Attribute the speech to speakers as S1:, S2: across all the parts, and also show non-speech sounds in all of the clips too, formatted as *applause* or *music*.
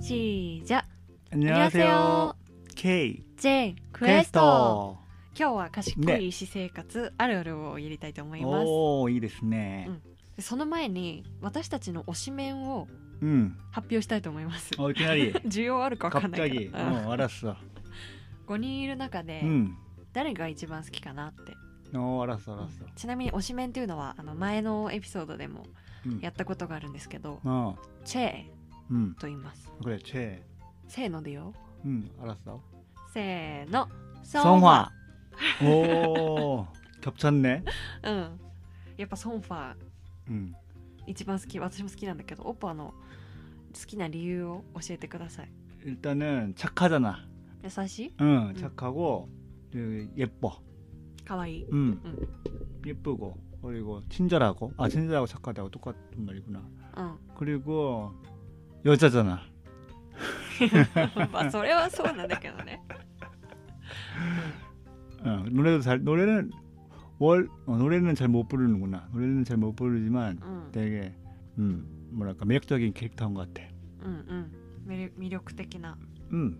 S1: 시작.
S2: 안녕하세요. K
S1: J ク
S2: ク
S1: エ
S2: エ
S1: ス
S2: ス
S1: ト。
S2: ト。
S1: 今日は賢い私生活あるあるを入れたいと思います。
S2: おおいいですね。
S1: でその前に私たちの推しメンを
S2: うん。
S1: 発表したいと思います。
S2: おいきな *laughs* り
S1: 需要あるかわかんない
S2: 어, 갑자기
S1: けど。うん
S2: 어 알았어.
S1: 5人いる中で
S2: うん。
S1: 誰が一番好きかなって。
S2: 어 알았어 알았어.
S1: ちなみに推しメンっていうのはあの前のエピソードでも
S2: 음.
S1: やったことがあるんですけど、
S2: 어.
S1: チェ
S2: 음.
S1: と言います。
S2: 그래 최.
S1: せーのでよ。
S2: 음 알았어.
S1: せーの。
S2: 성화. 오 겹쳤네.
S1: うん。やっぱソンファー
S2: 음.
S1: 一番好き私も好きなんだけどオッパの好きな理由を教えてください
S2: 일단은 착하잖아.
S1: 優しい
S2: 응 착하고 그, 예뻐.
S1: 可愛い
S2: 음.
S1: 응.
S2: 예쁘고 그리고 친절하고 아 친절하고 착하다고 똑같은 말이구나.
S1: うん *laughs*
S2: 그리고 여자잖아.
S1: まあそれはそうなんだけどね
S2: 어, 노래도 잘 노래는 월 어, 노래는 잘 못 부르는구나. 노래는 잘 못 부르지만
S1: うん
S2: 되게 음, 뭐랄까 매력적인 캐릭터인 것 같아.
S1: うんうん魅魅力的な
S2: 음,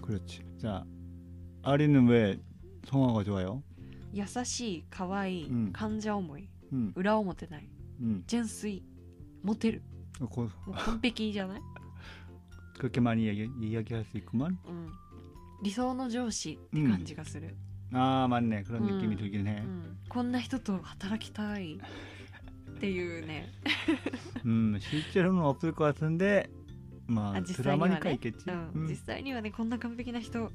S2: 그- 그렇지. 자, 아리는 왜 성화가 좋아요?
S1: 優しい可愛い、
S2: うん
S1: 患者思い
S2: 음,
S1: 裏表ない
S2: 음,
S1: 純粋モテる
S2: 고,
S1: もう完璧じゃない、
S2: 그렇게 많이 얘기, 이야기할 수 있구만.
S1: うん、理想の上司って感じがする、
S2: 아 맞네 그런
S1: 음.
S2: 느낌이 들긴
S1: う
S2: 해.
S1: んこんな人と働きたいっていうね
S2: 음, 실제로는 없을 것 같은데, 뭐
S1: 아, 지상이
S2: 드라마니까
S1: 많네.
S2: 있겠지.
S1: うん、
S2: 음,
S1: 実際にはねこんな完璧な人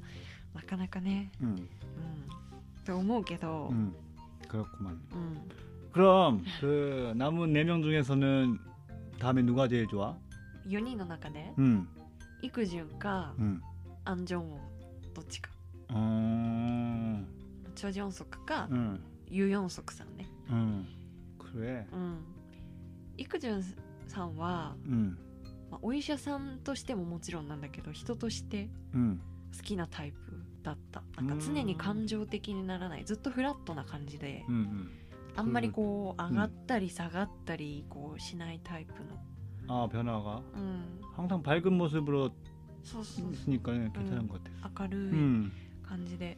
S1: なかなかね
S2: 음,
S1: うん、と思うけど、
S2: 음, 그렇구만.
S1: うん、
S2: 그럼 그 남은 네 명 중에서는 다음에 누가 제일 좋아?
S1: 4人の中で
S2: 음,
S1: イクジュンか
S2: 음.
S1: アン・ジョンウォンどっちか
S2: 어,
S1: チョ・ジョンソクか
S2: 응,
S1: ユ・ヨンソクさんね、
S2: 응, 그래,
S1: うん、イクジュンさんは、
S2: 응,
S1: まあ、お医者さんとしてももちろんなんだけど人として
S2: 응,
S1: 好きなタイプだったなんか常に感情的にならないずっとフラットな感じで
S2: 응, 응.
S1: あんまりこう上がったり下がったりこうしないタイプの、
S2: 아 변화가
S1: うん、
S2: 항상 밝은 모습으로
S1: そうそうそう
S2: 있으니까 괜찮은 것 같아.
S1: 明るい、
S2: 응,
S1: 感じで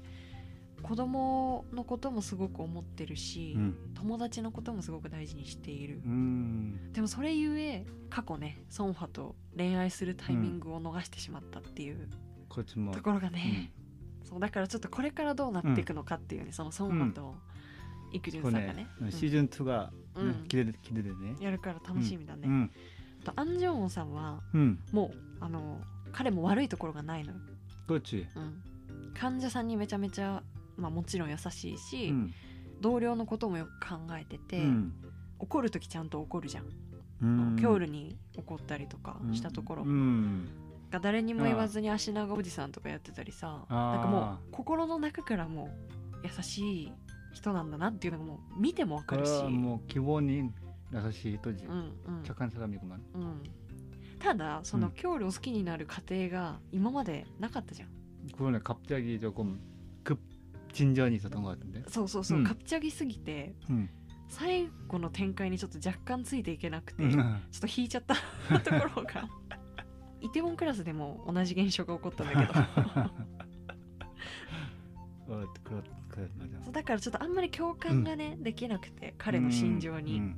S1: 子供のこともすごく思ってるし、
S2: 응,
S1: 友達のこともすごく大事にしている
S2: 응,
S1: でもそれゆえ過去ねソンファと恋愛するタイミングを逃してしまったっていう
S2: 그렇지 뭐.
S1: ところがね、
S2: 응.
S1: そうだからちょっとこれからどうなっていくのかっていうね、そのソンファと育順さんが
S2: 그거네.
S1: ね、
S2: 응, 시즌 2가
S1: うん
S2: 기대 기대되네.
S1: うんやるから楽しみだね、
S2: 응,
S1: あとアン・ジョンウォンさんは
S2: 응,
S1: もうあの彼も悪いところがないのよ、
S2: 그렇지.
S1: うん、患者さんにめちゃめちゃ、まあ、もちろん優しいし、
S2: 응,
S1: 同僚のこともよく考えてて、
S2: 응,
S1: 怒る時ちゃんと怒るじゃん、
S2: 응.
S1: キョールに怒ったりとかしたところ
S2: 응,
S1: が誰にも言わずに足長おじさんとかやってたりさ
S2: あー
S1: なんかもう心の中からもう優しい人なんだなっていうのがもう見てもわかるし、
S2: 그럼 뭐 기본인 나사시 또지.
S1: うんうん
S2: 착한 사람이구만.
S1: うん、ただそうの
S2: ん
S1: キョールを好きになる過程が今までなかったじゃん
S2: 그러네 갑자기 조금 급 진전이 있었던 것 같은데. 음.
S1: そうそうそう、
S2: うん
S1: かっちゃぎすぎて
S2: *laughs* 응.
S1: 最後の展開にちょっと若干ついていけなくて、
S2: 응.
S1: ちょっと引いちゃった *laughs* ところがイテウォンクラスでも同じ現象が起こったん *laughs* だけど
S2: 어, 그렇, 그래 맞아.
S1: そうだからちょっとあんまり共感がね、できなくて彼の心情に、
S2: 음,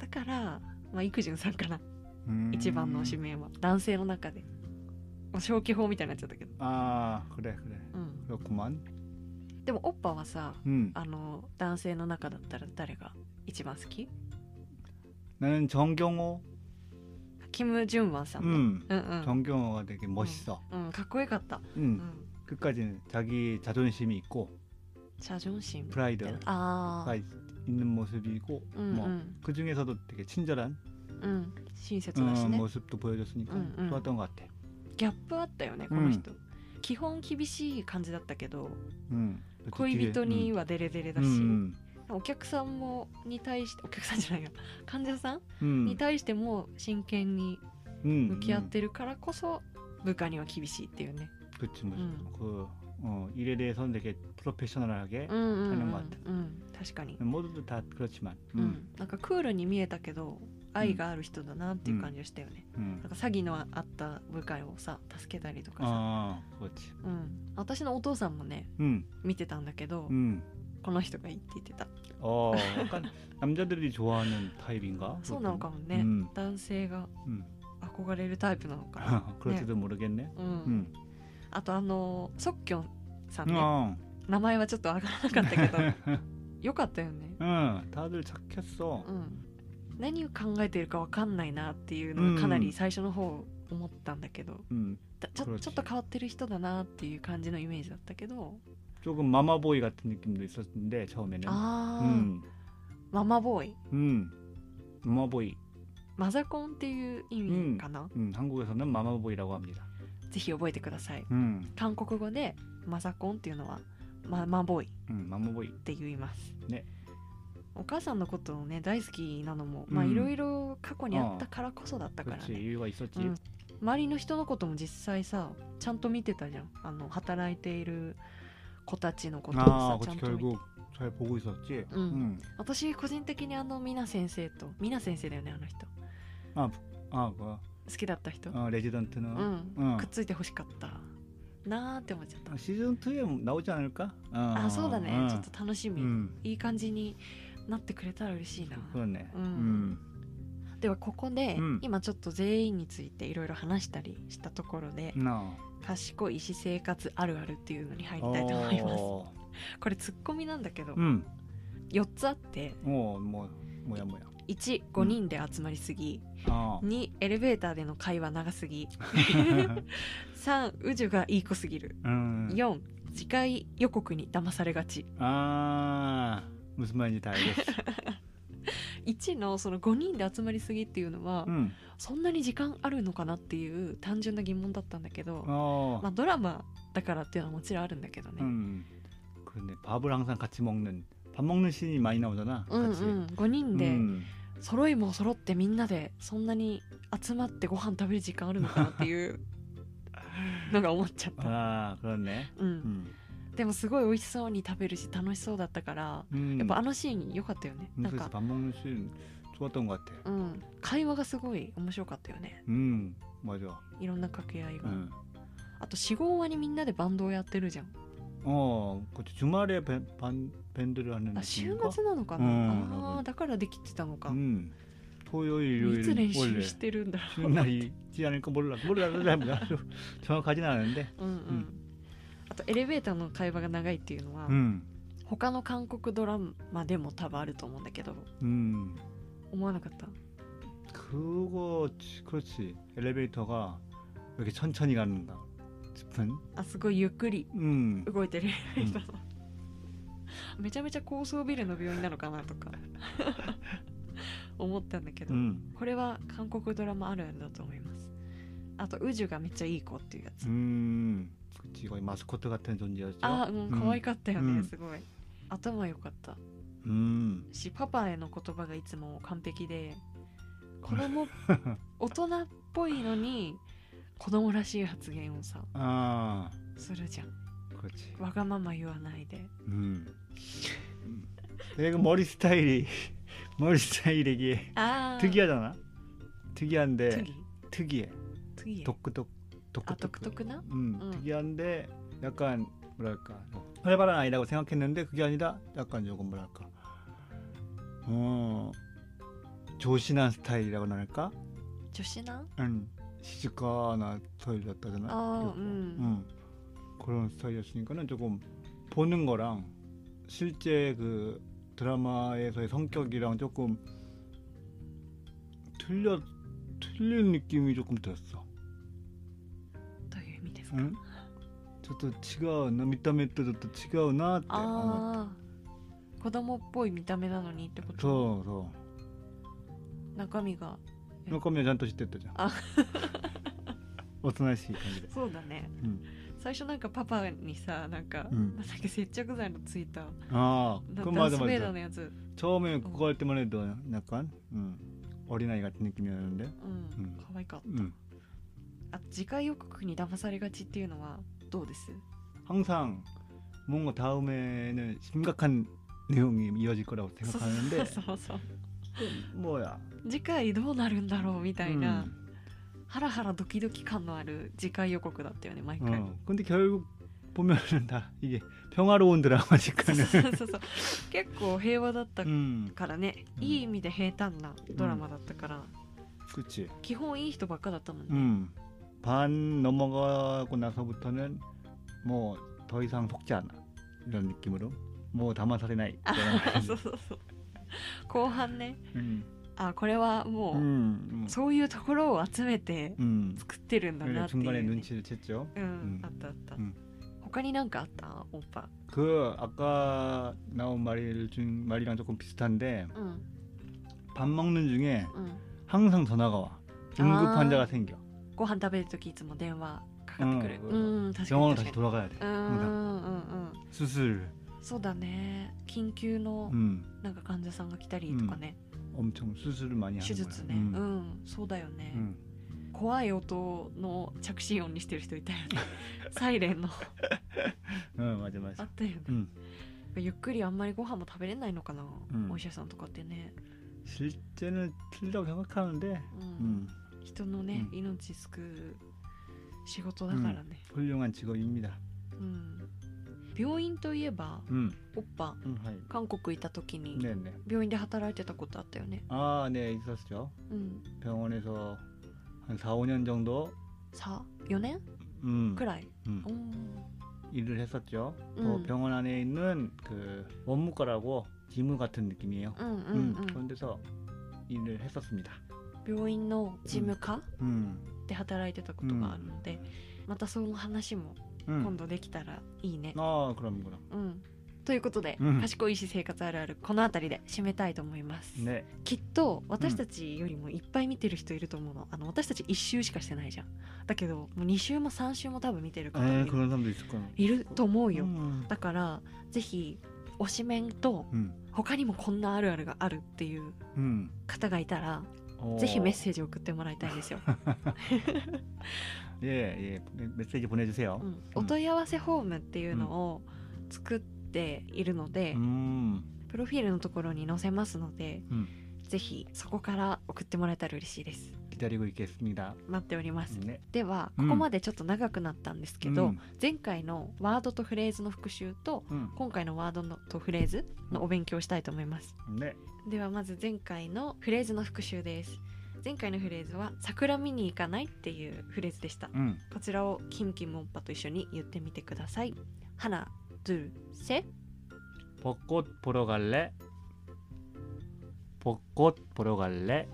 S1: だからまあ育順さんかな、
S2: 음.
S1: 一番の指名は男性の中でもう消去法みたいになっちゃったけど、
S2: 아 그래 그래
S1: うん、
S2: 그렇구만.
S1: でもオッパはさ
S2: 음.
S1: あの男性の中だったら誰が一番好き
S2: 나는 정경호.
S1: キム・ジュンワンさんね、
S2: 음.
S1: うんうん
S2: 정경호가 되게 멋있어.
S1: うん、かっこよかった、う
S2: 음.
S1: ん、
S2: 끝까지는 자기 자존심이 있고
S1: チャ・ジョンシン
S2: 프라이드가
S1: ああ
S2: 있는 모습이고
S1: うんう
S2: 뭐
S1: ん、
S2: 그중에서도 되게 친절한
S1: うん、親切
S2: 음,
S1: だしね、
S2: 모습도 보여줬으니까
S1: 음, 음.
S2: 좋았던 것 같아.
S1: ギャップあったよねこの人、基本厳しい感じだったけど
S2: 음. 그래서
S1: 恋
S2: 뒤에-
S1: 人
S2: 음.
S1: にはデレデレだ
S2: 음,
S1: し、
S2: 음,
S1: お客さんもに対してお客さんじゃないよ *laughs* 患者さん
S2: 음,
S1: に対しても真剣に
S2: 음,
S1: 向き合ってるからこそ部下には厳しいっていうね
S2: 음. 그치 뭐,
S1: 음.
S2: 그 어, 일에 대해서는 되게 프로페셔널하게
S1: うんうん、うん
S2: 頼むわって
S1: うん、確かに、
S2: 모두들 다 그렇지만
S1: うんなんかクールに見えたけど愛がある人だなっていう感じがしたよね、
S2: うん
S1: な、んか詐欺のあった部下をさ助けたりとかさ
S2: ああ그렇지 어, 음,
S1: うん私のお父さんもね
S2: 응
S1: 見てたんだけど、
S2: 응
S1: この人がいいって言ってた
S2: 음. 어 *laughs* 약간 남자들이 좋아하는 타입인가
S1: そうなのかもね、
S2: 음,
S1: 男性が
S2: 음. *laughs*
S1: 憧れるタイプなのかな
S2: 그럴지도 모르겠네
S1: うん、
S2: 음.
S1: あとあのソッキョンさんね、
S2: 어.
S1: 名前はちょっと上がらなかったけ *laughs* ど
S2: 네.
S1: よかったよね
S2: *laughs* 응, 다들 착했어
S1: うん何を考えてるかわかんないなっていうのがかなり最初の方思ったんだけど、
S2: 음,
S1: だちょ
S2: 그렇지
S1: ちょっと変わってる人だなっていう感じのイメージだったけど
S2: 조금 마마보이 같은 느낌도 있었는데 처음에는
S1: あー、
S2: 음,
S1: ママボーイ
S2: 음. 마마보이
S1: マザコンっていう意味かな、
S2: 음, 한국에서는 마마보이라고 합니다
S1: ぜひ覚えてください
S2: 음,
S1: 韓国語でマザコンっていうのはママボーイ
S2: 음, 마마보이
S1: って言います
S2: ね
S1: お母さんのことをね大好きなのもまあ
S2: うん
S1: いろいろ過去にあったからこそだったから
S2: 그렇지
S1: ね
S2: 이유가 있었지
S1: 음. 周りの人のことも実際さちゃんと見てたじゃんあの働いている子たちのことを
S2: 아
S1: さちゃ
S2: 그렇지
S1: んと見て
S2: 결국 잘 보고 있었지
S1: 음. 私個人的にあのミナ先生とミナ先生だよねあの人
S2: 아, 뭐야.
S1: 好きだった人、
S2: 어, 레지던트는
S1: うん、
S2: 어.
S1: くっついてほしかったなーって思っちゃった
S2: 아, 시즌 2에 나오지 않을까? 어,
S1: あそうだね、
S2: 어.
S1: ちょっと楽しみ、
S2: 음,
S1: いい感じになってくれたら嬉しいな
S2: 그렇네.
S1: 음.
S2: 음,
S1: ではここで、
S2: うん
S1: 今ちょっと全員についていろいろ話したりしたところで、
S2: 나.
S1: 賢い私生活あるあるっていうのに入りたいと思いますこれツッコミなんだけど、
S2: 어, 음,
S1: 4つあって
S2: 어, 뭐, 뭐야, 뭐야.
S1: 15人で集まりすぎ、
S2: 어.
S1: 2エレベーターでの会話長す *laughs* ぎ 음. 3宇宙がいい子すぎる
S2: *laughs* 음.
S1: 4次回予告に騙されがち
S2: 아, 무슨 말인지 다 알겠어.
S1: 1のその5人で集まりすぎっていうのは、 *laughs*
S2: 음,
S1: そんなに時間あるのかなっていう単純な疑問だったんだけど、
S2: 어,
S1: まあドラマだからっていうのはもちろんあるんだけどね、
S2: 음. 그런데 밥을 항상 같이 먹는 밥 먹는 씬이 많이 나오잖아.
S1: うんうん
S2: 같이.
S1: 5人で
S2: 음.
S1: 揃いも揃ってみんなでそんなに集まってご飯食べる時間あるのかなっていう *laughs* のが思っちゃった、
S2: 아, 그렇네.
S1: うん、
S2: 음.
S1: でもすごい美味しそうに食べるし楽しそうだったから、
S2: 음.
S1: やっぱあのシーン良かったよね、
S2: 음,
S1: なん
S2: 그래서
S1: か、
S2: 밥 먹는 씬 좋았던 것
S1: う
S2: 같아.
S1: ん、会話がすごい面白かったよね
S2: 음, 맞아.
S1: いろんな掛け合いが、
S2: 음.
S1: あと45話にみんなでバンドをやってるじゃん、
S2: 어, 그렇지. 주말에 밴, 반, 밴드를 하는
S1: あ週
S2: 느낌인가?
S1: 末なのかな、
S2: う
S1: あ
S2: ん
S1: あーだからできてたのか、
S2: 음. 토요일,
S1: いつ練
S2: 일요일,
S1: 習
S2: 원래
S1: してるんだろう
S2: 쉬는 날이 있지 않을까 몰라. 몰라, 몰라, 몰라. *laughs* 정확하진 않은데.
S1: うんうん、
S2: ん
S1: あとエレベーターの会話が長いっていうのは、
S2: 음,
S1: 他の韓国ドラマでも多分あると思うんだけど
S2: 음.
S1: 思わなかった
S2: 그거 지- 그렇지. 엘리베이터가 이렇게 천천히 가는가 싶은.
S1: あすごいゆっくり
S2: 음.
S1: 動いてる *laughs* エレベーターのめちゃめちゃ高層ビルの病院なのかなとか思ったんだけど、
S2: 음.
S1: これは韓国ドラマあるあるだと思いますあとウジュがめっちゃいい子っていうやつ、
S2: 음. 그치. 거의 마스코트 같은 존재였죠.
S1: あーうん可愛
S2: 음.
S1: かったよね、
S2: うん
S1: すごい頭良かった
S2: 음.
S1: しパパへの言葉がいつも完璧 *laughs* で子供大人っぽいのに子供らしい発言をさ
S2: 아.
S1: するじゃん
S2: 그렇지.
S1: わがまま言わないで
S2: 음. 음. 내가 머리 스타일이 *laughs* 머리 스타일이기에
S1: ああ
S2: 특이하잖아. 특이한데
S1: 次
S2: 특이해.
S1: 次へ
S2: 독특독
S1: あ独
S2: 독특.
S1: 特な
S2: 음,
S1: 응.
S2: 특이한데 약간 뭐랄까 어, 활발한 아이라고 생각했는데 그게 아니라 약간 요건 뭐랄까 어 조신한 스타일이라고나 할까?
S1: 女子なん
S2: 응, 시집가나 스타일이었다잖아.
S1: 아,
S2: 그리고,
S1: 음.
S2: 응. 그런 스타일이었으니까는 조금 보는 거랑 실제 그 드라마에서의 성격이랑 조금 틀려 틀린 느낌이 조금 들었어.
S1: という意味ですか、
S2: うんちょっと違うな見た目とちょっと違うなって思っ
S1: ああ子供っぽい見た目なのにってこ
S2: た
S1: と
S2: そうそ
S1: 中身が
S2: う中身はちゃんと知ってたじゃん *laughs*
S1: あ
S2: おとなしい感じで
S1: そうだね
S2: うん
S1: 最初なんかパパにさなんか、
S2: うん
S1: なんだっけ接着剤のついた
S2: ああ
S1: な
S2: これ
S1: ダ
S2: ま
S1: ン
S2: だ
S1: ス
S2: ま
S1: ベイダー
S2: だ
S1: のやつ、
S2: 처음에 그거 할 때만 해도 약간 음, 어린아이 같은 느낌이었는데
S1: うん
S2: うん
S1: 可愛かった
S2: 음.
S1: あ次回予告に騙されがちっていうのはどうです
S2: 항상 뭔가 다음에는 심각한 내용이 이어질 거라고 생각하는데 그
S1: そうそうそう
S2: 뭐야.
S1: 次回どうなるんだろうみたいな、
S2: 음.
S1: ハラハラドキドキ感のある次回予告だったよね毎回、
S2: 어. 근데 결국 보면은 다 이게 평화로운 *laughs* 드라마니까는.
S1: *laughs* そうそうそう結構平和だった
S2: 음.
S1: からね、
S2: うん
S1: いい意味で平坦なドラマだったから、
S2: 그렇지.
S1: 基本いい人ばっかだったもんね、
S2: 음. 반 넘어가고 나서부터는 뭐 더 이상 속지 않아. 이런 느낌으로. 뭐 담아서리나이.
S1: *laughs* そうそうそう後半ね
S2: 음.
S1: あこれはもう、
S2: 음. 음.
S1: そういうところを集めて
S2: 음.
S1: 作ってるんだ
S2: 그래서
S1: なっていうね、
S2: 중간에 눈치를 챘죠.
S1: うん、
S2: うん
S1: あったあった、
S2: うん
S1: 他になんかあったオッパ
S2: 그 아까 나온 말 중, 말이랑 조금 비슷한데
S1: うん
S2: 밥 먹는 중에
S1: うん
S2: 항상 전화가 와. 응급
S1: 아.
S2: 환자가 생겨.
S1: ご飯食べるときいつも電話かかってくる
S2: う
S1: うんん、確かに
S2: 병원으로
S1: 確
S2: 다시
S1: かに
S2: 돌아가야 돼.
S1: うんうんうんうん
S2: 수술.
S1: そうだね緊急の
S2: 음.
S1: なんか患者さんが来たりとかね、
S2: 엄청 수술을 많이 하는
S1: 手
S2: 거야.
S1: 術ね、うん
S2: 음.
S1: そうだよね、
S2: 음.
S1: 怖い音の着信音にしてる人い *laughs* たよねサイレンの
S2: 어, 맞아
S1: あ
S2: 맞아.
S1: ったよね
S2: 음.
S1: ゆっくりあんまりご飯も食べれないのかな、
S2: ん
S1: お医者さんとかってね、
S2: 실제는 틀리다고 생각하는데
S1: うん
S2: 음.
S1: 人のね、
S2: うん
S1: 命救う仕事だからね、
S2: 훌륭한 직업입니다.
S1: うん病院といえば
S2: 음.
S1: おっぱ
S2: 음, 하이.
S1: 韓国いた時に
S2: 네네.
S1: 病院で働いてたことあったよね
S2: 아, 네 있었죠.
S1: うん、
S2: 병원에서 한 4, 5년 정도
S1: さ4年
S2: 음,
S1: くらい、
S2: 음,
S1: おー
S2: 일을 했었죠.
S1: 음.
S2: 그 병원 안에 있는 그 원무과라고 지무 같은 느낌이에요.
S1: うんうん
S2: 음,
S1: うん、
S2: 그런 데서 일을 했었습니다.
S1: 病院の事務課
S2: 음,
S1: で働いてたことがあるので、またその話も
S2: 음.
S1: 今度できたらいいね、
S2: 아, 그럼 그럼.
S1: うんということで、
S2: うん
S1: 賢い医師生活あるあるこの辺りで締めたいと思います、
S2: 네.
S1: きっと私たちよりもいっぱい見てる人いると思うのあの私たち1周しかしてないじゃんだけどもう2周も3周も多分見てる方
S2: 에,
S1: いる
S2: 그런 사람도 있을 거야.
S1: いると思うよ、
S2: 음,
S1: だからぜひ推しメンと
S2: 음,
S1: 他にもこんなあるあるがあるっていう
S2: 음.
S1: 方がいたら
S2: 어,
S1: ぜひメッセージ送ってもらいたいんですよ、
S2: 예, 예. 메- 메시지 보내주세요.
S1: うん、お問い合わせフォームっていうのを作っているので、
S2: 음,
S1: プロフィールのところに載せますので、
S2: うん
S1: ぜひそこから送ってもらえたら嬉しいです
S2: 기다리고 있겠습니다.
S1: 待っております、
S2: 네.
S1: では
S2: う
S1: こ
S2: ん
S1: こまでちょっと長くなったんですけど、
S2: 음,
S1: 前回のワードとフレーズの復習と
S2: 음.
S1: 今回のワードのとフレーズのお勉強をしたいと思います、
S2: 네.
S1: ではまず前回のフレーズの復習です前回のフレーズは桜見に行かないっていうフレーズでした
S2: 음.
S1: こちらをキンキンモッパと一緒に言ってみてください花ドゥセ
S2: 벚꽃 보러 갈래? 벚꽃 보러 갈래?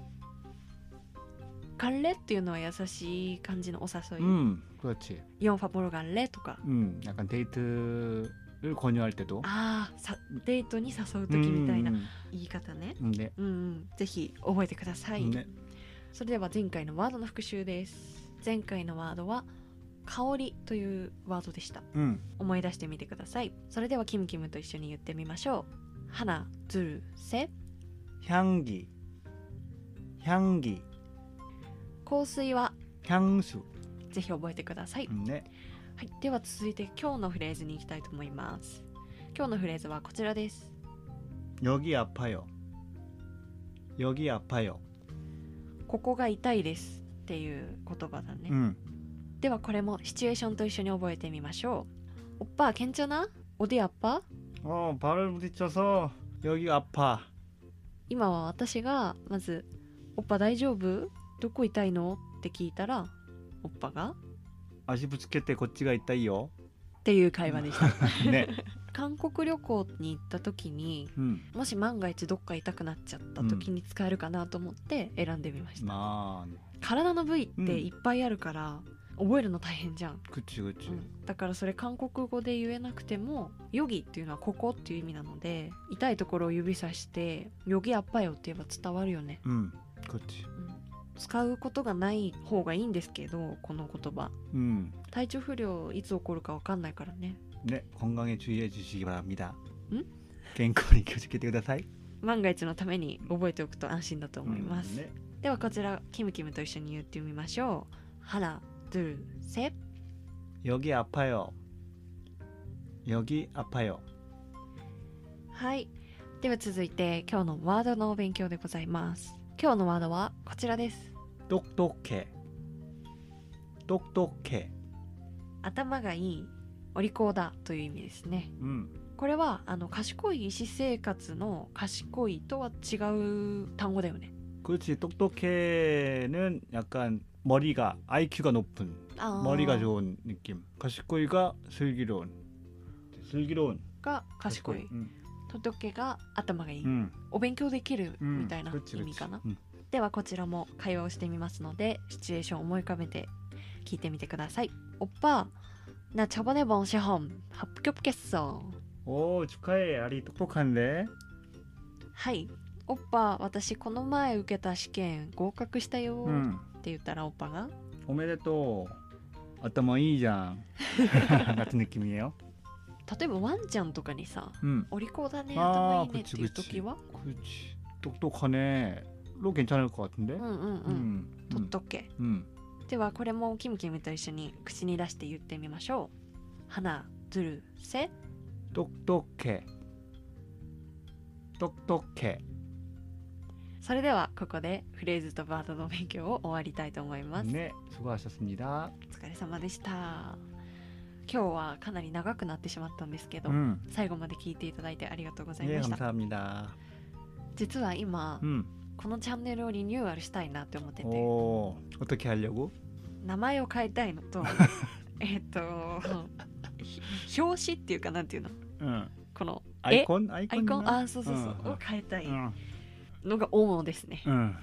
S1: ガレっていうのは優しい感じのお誘い、
S2: 음, 그렇지.
S1: イオンファボロガレとか
S2: 음, 약간 데이트를 권유할 때도
S1: あーさデートに誘う時
S2: 음,
S1: みたいな
S2: 음,
S1: 言い方ね
S2: 음, 네.
S1: うんうんぜひ覚えてください、
S2: 음, 네.
S1: それでは前回のワードの復習です前回のワードは香りというワードでした
S2: 음.
S1: 思い出してみてくださいそれではキムキムと一緒に言ってみましょう花ドゥルセ
S2: 향기. 향기.
S1: 香水は
S2: 향수.
S1: ぜひ覚えてください、
S2: 음, 네.
S1: はい、では続いて今日のフレーズに行きたいと思います今日のフレーズはこちらです
S2: 여기 아파요. 여기 아파요.
S1: ここが痛いですっていう言葉だね、
S2: 음.
S1: ではこれもシチュエーションと一緒に覚えてみましょうおっぱ괜찮아어디아파
S2: 어, 발을 부딪혀서 여기 아파.
S1: 今は私がまず「おっぱ大丈夫どこ痛いの?」って聞いたら「おっぱが?」
S2: 아시 부츠켓 때 고치가 있다이요.
S1: っ
S2: *laughs*
S1: ていう会話でした
S2: 네.
S1: *laughs* 韓国旅行に行った時に
S2: 음.
S1: もし万が一どっか痛くなっちゃった時に使えるかなと思って選んでみました、
S2: 아,
S1: 体の部位って
S2: うん
S1: いっぱいあるから覚えるの大変じゃん、
S2: 그치, 그치.
S1: だからそれ韓国語で言えなくても「ヨギ」っていうのは「ここ」っていう意味なので痛いところを指さして「ヨギアッパよ」って言えば伝わるよね
S2: 음, 그렇지.
S1: 使うことがない方がいいんですけどこの言葉
S2: 음,
S1: 体調不良いつ起こるかわかんないからね
S2: 네 건강에 주의해 주시기 바랍니다.
S1: 응?
S2: 갱코리 교직해 대다사이.
S1: 万が一のために覚えておくと安心だと思います、
S2: 네.
S1: ではこちらキムキムと一緒に言ってみましょう「ハラドゥセ
S2: 여기 아파요. 여기 아파요.
S1: はいでは続いて今日のワードのお勉強でございます今日のワードはこちらです
S2: 똑똑해 똑똑해
S1: 頭がいいお利口だという意味ですね
S2: 음,
S1: これはあの賢い医師生活の賢いとは違う単語だよね
S2: 그렇지 똑똑해는 약간 머리가 IQ가 높은
S1: あー
S2: 머리가 좋은 느낌 가시코이가 슬기로운 슬기로운
S1: が賢い
S2: 음,
S1: 仏が頭がいい、
S2: 음,
S1: お勉強できる
S2: 음,
S1: みたいな
S2: 그렇지,
S1: 意
S2: 그렇지.
S1: 味かな、
S2: 음.
S1: ではこちらも会話をしてみますのでシチュエーションを思い浮かべて聞いてみてくださいおっぱなちゃばねぼんしほんはっきょぷけっそ
S2: 오 축하해 아리 똑똑한데
S1: はいおっぱ私この前受けた試験合格したよ、っ
S2: 음.
S1: て言ったらおっぱが
S2: 오메데또 어떤 뭐이장 *laughs* 같은 느낌이에요
S1: 例えばワンちゃんとかにさ
S2: 음.
S1: お利口だね頭
S2: 아
S1: いいねって
S2: 그렇지
S1: いう
S2: 그렇지
S1: 時は
S2: 그렇지 똑똑하네 로 괜찮을 것 같은데
S1: うんうんうん、
S2: 음,
S1: とっとけ、
S2: 음.
S1: ではこれもキムキムと一緒に口に出して言ってみましょう花ずるせ
S2: 똑똑해 똑똑해
S1: それではここでフレーズとバードの勉強を終わりたいと思います、
S2: 네
S1: お
S2: 수고하셨습니다
S1: 疲れ様でした今日はかなり長くなってしまったんですけど、
S2: 음.
S1: 最後まで聞いていただいてありがとうござい
S2: 네
S1: ました、
S2: 감사합니다
S1: 実は今、
S2: 음.
S1: このチャンネルをリニューアルしたいなって思
S2: 네,
S1: ってて
S2: 오 어떻게 하려고
S1: 名前を変えたいのとえっとひ表紙っていうかなんていうの
S2: 응.
S1: この
S2: 아이콘
S1: アイコン
S2: 아이콘이나?
S1: あそうそうそう、
S2: うん
S1: を変えたい
S2: 응.
S1: のが主ですね
S2: 응.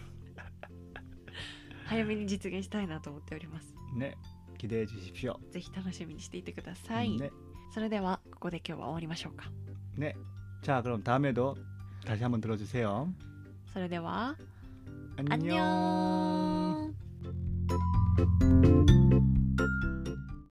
S1: 早めに実現したいなと思っております。
S2: 네 기대해 주십시오
S1: ぜひ楽しみにしていてください。
S2: 네.
S1: それではここで今日は終わりましょうか。
S2: 자 그럼 다음에도 다시 한번 들어주세요
S1: それでは、
S2: 안녕.
S1: アンニョン